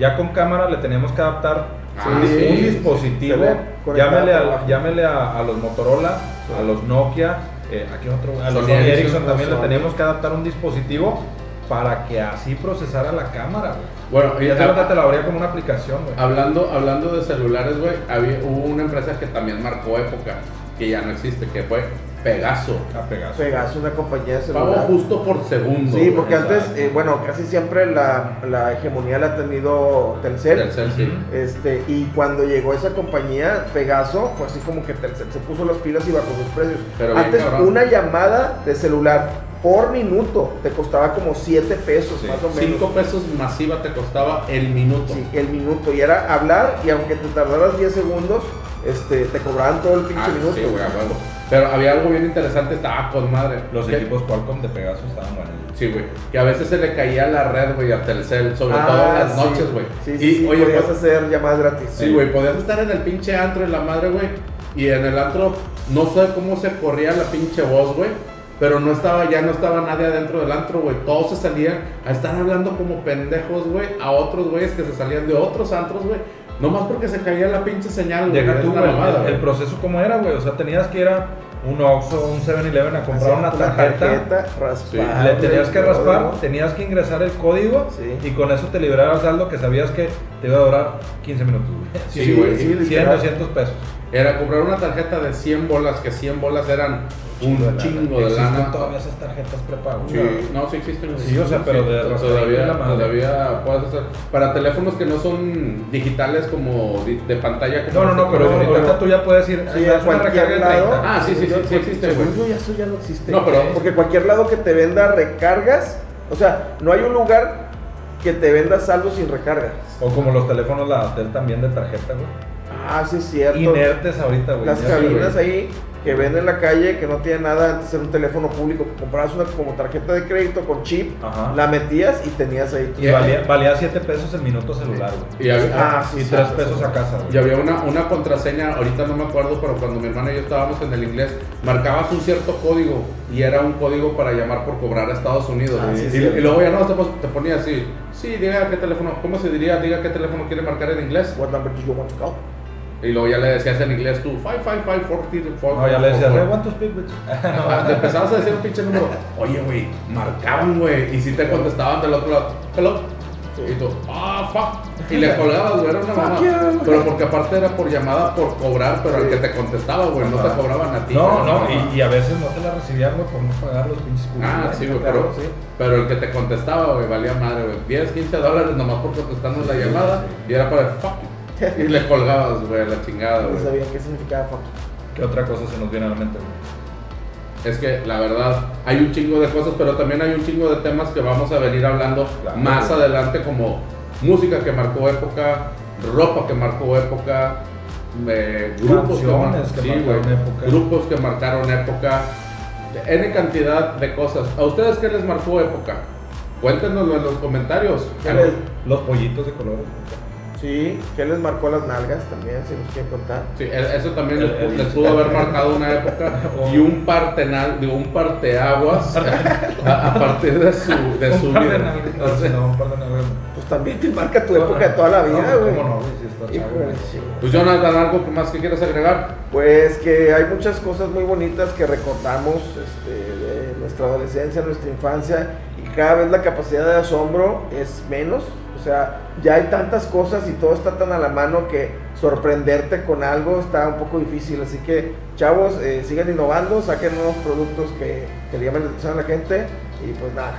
Speaker 3: Ya con cámara le teníamos que adaptar
Speaker 1: Sí,
Speaker 3: un,
Speaker 1: Ah, sí,
Speaker 3: un
Speaker 1: sí.
Speaker 2: Se
Speaker 3: dispositivo.
Speaker 2: ve conectado
Speaker 3: Llámele,
Speaker 2: por
Speaker 3: a,
Speaker 2: abajo.
Speaker 3: llámele a, a los Motorola,
Speaker 2: Sí.
Speaker 3: a los Nokia, eh, aquí otro, a los
Speaker 1: Sony
Speaker 3: Sony
Speaker 1: Ericsson,
Speaker 3: Ericsson también le
Speaker 2: Sony.
Speaker 3: teníamos que adaptar un dispositivo para que así procesara la cámara, güey.
Speaker 1: Bueno, y
Speaker 3: Y
Speaker 1: a-
Speaker 3: esa nota te la abría como una aplicación, güey.
Speaker 1: Hablando, hablando de celulares, güey, había- hubo una empresa que también marcó época, que ya no existe, que fue Pegaso.
Speaker 3: A Pegaso.
Speaker 2: Pegaso, una compañía de
Speaker 1: Pago
Speaker 2: celular.
Speaker 1: justo por segundo.
Speaker 2: Sí,
Speaker 1: güey.
Speaker 2: porque antes,
Speaker 3: Exacto.
Speaker 2: eh, bueno, casi siempre la, la hegemonía la ha tenido Telcel.
Speaker 1: Telcel, sí.
Speaker 2: Este, y cuando llegó esa compañía, Pegaso, fue así como que Telcel se puso las pilas y bajó sus precios.
Speaker 1: Pero bien
Speaker 2: Antes,
Speaker 1: cabrón.
Speaker 2: una llamada de celular por minuto te costaba como 7 pesos,
Speaker 3: Sí,
Speaker 2: más o menos.
Speaker 1: Cinco pesos masiva te costaba el minuto.
Speaker 2: Sí, el minuto. Y era hablar y aunque te tardaras 10 segundos, este, te cobraban todo el pinche
Speaker 1: Ah,
Speaker 2: minuto.
Speaker 1: sí, güey, a huevo. Pero había algo bien interesante, estaba con madre.
Speaker 3: Los
Speaker 1: Que-
Speaker 3: equipos Qualcomm de Pegaso estaban buenos.
Speaker 1: Sí, güey. Que a veces se le caía la red, güey, a Telcel, sobre
Speaker 2: Ah,
Speaker 1: todo en las
Speaker 2: sí.
Speaker 1: noches, güey.
Speaker 2: Sí,
Speaker 1: y
Speaker 2: sí, sí,
Speaker 1: oye,
Speaker 2: podías
Speaker 1: pues,
Speaker 2: hacer llamadas gratis.
Speaker 1: Sí, güey, podías estar en el pinche antro y la madre, güey. Y en el antro, no sé cómo se corría la pinche voz, güey. Pero no estaba, ya no estaba nadie adentro del antro, güey. Todos se salían a estar hablando como pendejos, güey. A otros güeyes que se salían de otros antros, güey. Nomás porque se caía la pinche señal, güey.
Speaker 3: Deja
Speaker 1: Es
Speaker 3: tú,
Speaker 1: una
Speaker 3: güey,
Speaker 1: mamada,
Speaker 3: el, el
Speaker 1: güey.
Speaker 3: proceso como era, güey. O sea, tenías que ir a un Oxxo, un 7-Eleven a comprar
Speaker 2: Hacían
Speaker 3: una tarjeta.
Speaker 2: raspar,
Speaker 3: Le tenías
Speaker 2: Ah, güey,
Speaker 3: que
Speaker 2: todo,
Speaker 3: raspar,
Speaker 2: ¿no?
Speaker 3: tenías que ingresar el código
Speaker 2: Sí.
Speaker 3: y con eso te liberaba el saldo que sabías que te iba a durar 15 minutos, güey.
Speaker 1: Sí, güey,
Speaker 2: sí,
Speaker 3: 100,
Speaker 2: literal.
Speaker 3: 200 pesos.
Speaker 1: Era comprar una tarjeta de 100 bolas, que 100 bolas eran un chingo de
Speaker 3: Existen
Speaker 1: lana.
Speaker 3: todavía esas tarjetas prepago.
Speaker 1: Sí, no, sí existen. güey.
Speaker 3: Sí, o sea, pero de rascarle
Speaker 1: todavía,
Speaker 3: la madre.
Speaker 1: todavía puedes hacer. Para teléfonos que no son digitales como di- de pantalla. Como
Speaker 3: No, no, no, pero
Speaker 1: como-
Speaker 2: No,
Speaker 3: ahorita
Speaker 2: pero-
Speaker 3: tú ya puedes ir
Speaker 2: Sí,
Speaker 3: haz
Speaker 2: a cualquier lado.
Speaker 1: Ah, sí, sí, sí, sí existe, güey.
Speaker 2: Según yo, ya eso ya no existe.
Speaker 1: No, pero-
Speaker 2: Porque cualquier lado que te venda recargas, o sea, no hay un lugar que te venda saldo sin recarga.
Speaker 3: O como los teléfonos la Atel también de tarjeta, güey.
Speaker 2: Ah, sí es cierto.
Speaker 3: Inertes ahorita, güey.
Speaker 2: Las
Speaker 3: Ya sé, güey.
Speaker 2: cabinas ahí que venden en la calle, que no tiene nada, antes era un teléfono público, que comprabas una como tarjeta de crédito con chip,
Speaker 3: Ajá.
Speaker 2: la metías y tenías ahí tu
Speaker 3: Y valía, valía 7 pesos el minuto celular, güey.
Speaker 1: Y había,
Speaker 2: Ah, sí,
Speaker 3: Y
Speaker 2: sí,
Speaker 3: 3
Speaker 2: sí,
Speaker 3: pesos
Speaker 2: sí.
Speaker 3: a casa,
Speaker 1: y
Speaker 3: güey.
Speaker 1: había una, una contraseña, ahorita no me acuerdo, pero cuando mi hermana y yo estábamos en el inglés, marcabas un cierto código y era un código para llamar por cobrar a Estados Unidos.
Speaker 2: Ah, sí,
Speaker 1: y,
Speaker 2: sí,
Speaker 1: y
Speaker 2: sí.
Speaker 1: luego ya no, te, pos- te ponía así, sí, diga qué teléfono, ¿cómo se diría? Diga qué teléfono quiere marcar en inglés.
Speaker 2: What number do you want to call?
Speaker 1: Y luego ya le decías en inglés tú, 5554.
Speaker 3: No, ya le "Eh, decía, I want to speak with you".
Speaker 1: Ah, Te empezabas a decir un pinche número. Oye, güey, marcaban, güey. Y si te contestaban del otro lado, hello. Y tú, ah, fuck. Y le colgabas, güey, era una mamá.
Speaker 2: you.
Speaker 1: Pero porque aparte era por llamada, por cobrar, pero el
Speaker 2: Sí.
Speaker 1: que te contestaba, güey, no te
Speaker 3: Ajá.
Speaker 1: cobraban a ti.
Speaker 3: No,
Speaker 1: güey.
Speaker 3: no, y, y a veces no te la recibían, güey, por no pagar los pinches
Speaker 1: Ah,
Speaker 3: publicidades,
Speaker 1: sí, güey,
Speaker 3: claro,
Speaker 1: pero,
Speaker 3: sí.
Speaker 1: pero el que te contestaba, güey, valía madre, güey. 10, 15 dólares nomás por contestarnos la llamada. Y era para el fuck. Y le colgabas, güey, a la chingada,
Speaker 2: No
Speaker 1: güey.
Speaker 2: sabía qué significaba fuck.
Speaker 3: ¿Qué otra cosa se nos viene a la mente, güey?
Speaker 1: Es que la verdad hay un chingo de cosas, pero también hay un chingo de temas que vamos a venir hablando
Speaker 3: Claro.
Speaker 1: más adelante, como música que marcó época, ropa que marcó época, eh, grupos, que mar-
Speaker 3: Canciones que
Speaker 1: sí,
Speaker 3: marcaron
Speaker 1: güey,
Speaker 3: época.
Speaker 1: grupos que marcaron época, N cantidad de cosas. ¿A ustedes qué les marcó época? Cuéntenoslo en los comentarios.
Speaker 2: ¿Qué les-
Speaker 3: Los pollitos de colores.
Speaker 2: Sí, ¿qué les marcó las nalgas también? Si nos quieren contar.
Speaker 1: Sí, e- eso también les,
Speaker 3: Eh, El-
Speaker 1: les pudo haber marcado una época y un partenal, de un parteaguas a, a partir de su, de su
Speaker 3: Un par de
Speaker 1: vida.
Speaker 3: nalgas.
Speaker 1: O sea,
Speaker 3: No, un par de nalgas.
Speaker 2: Pues también te marca tu época de toda la vida,
Speaker 3: No, pues,
Speaker 2: güey.
Speaker 3: ¿Cómo no, güey? Si está chavo,
Speaker 2: Híjole,
Speaker 3: güey.
Speaker 2: sí.
Speaker 1: Pues Jonathan, ¿algo que más que quieras agregar?
Speaker 2: Pues que hay muchas cosas muy bonitas que recordamos este, de nuestra adolescencia, nuestra infancia, y cada vez la capacidad de asombro es menos. O sea, ya hay tantas cosas y todo está tan a la mano que sorprenderte con algo está un poco difícil. Así que, chavos, eh, sigan innovando, saquen nuevos productos que, que le llamen la atención a la gente, y pues nada,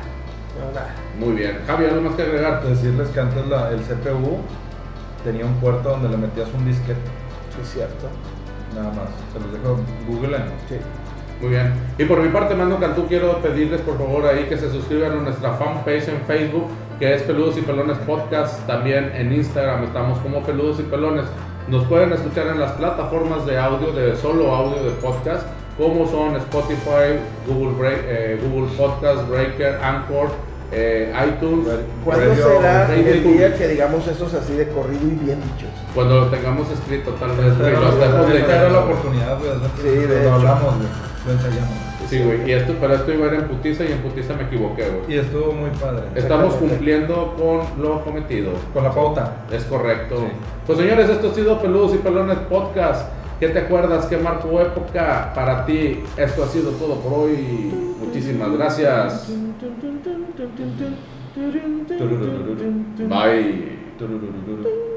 Speaker 2: no, nada.
Speaker 1: Muy bien. Javi, ¿algo más que agregar?
Speaker 3: Decirles que antes la- el CPU tenía un puerto donde le metías un disquete.
Speaker 2: Sí, es cierto.
Speaker 3: Nada más. Se los dejo Google
Speaker 2: Sí.
Speaker 1: Muy bien. Y por mi parte, Mando Cantú, quiero pedirles por favor ahí que se suscriban a nuestra fanpage en Facebook, que es Peludos y Pelones Podcast. También en Instagram estamos como Peludos y Pelones. Nos pueden escuchar en las plataformas de audio, de solo audio de podcast, como son Spotify, Google, Break- eh, Google Podcast, Breaker, Anchor, eh, iTunes.
Speaker 2: ¿Cuándo
Speaker 3: Radio-
Speaker 2: será
Speaker 1: radio
Speaker 2: el
Speaker 1: público.
Speaker 2: día Pues que digamos esos así de corrido y bien dichos?
Speaker 1: Cuando lo tengamos escrito, tal vez. güey, lo estemos
Speaker 3: Esta era la
Speaker 1: leyendo.
Speaker 3: oportunidad, güey.
Speaker 2: Sí, de
Speaker 3: Lo
Speaker 2: hecho.
Speaker 3: hablamos, güey. Lo ensayamos.
Speaker 1: Sí, güey. Y esto, pero esto iba a ir en putiza y en putiza me equivoqué, güey.
Speaker 3: Y estuvo muy padre.
Speaker 1: Estamos
Speaker 2: Exactamente.
Speaker 1: cumpliendo con lo cometido.
Speaker 3: Con la pauta.
Speaker 1: Es correcto.
Speaker 3: Sí.
Speaker 1: Pues señores, esto ha sido Peludos y Pelones Podcast. ¿Qué te acuerdas? ¿Qué marcó época para ti? Esto ha sido todo por hoy. Muchísimas gracias. Bye.
Speaker 3: Tururururu.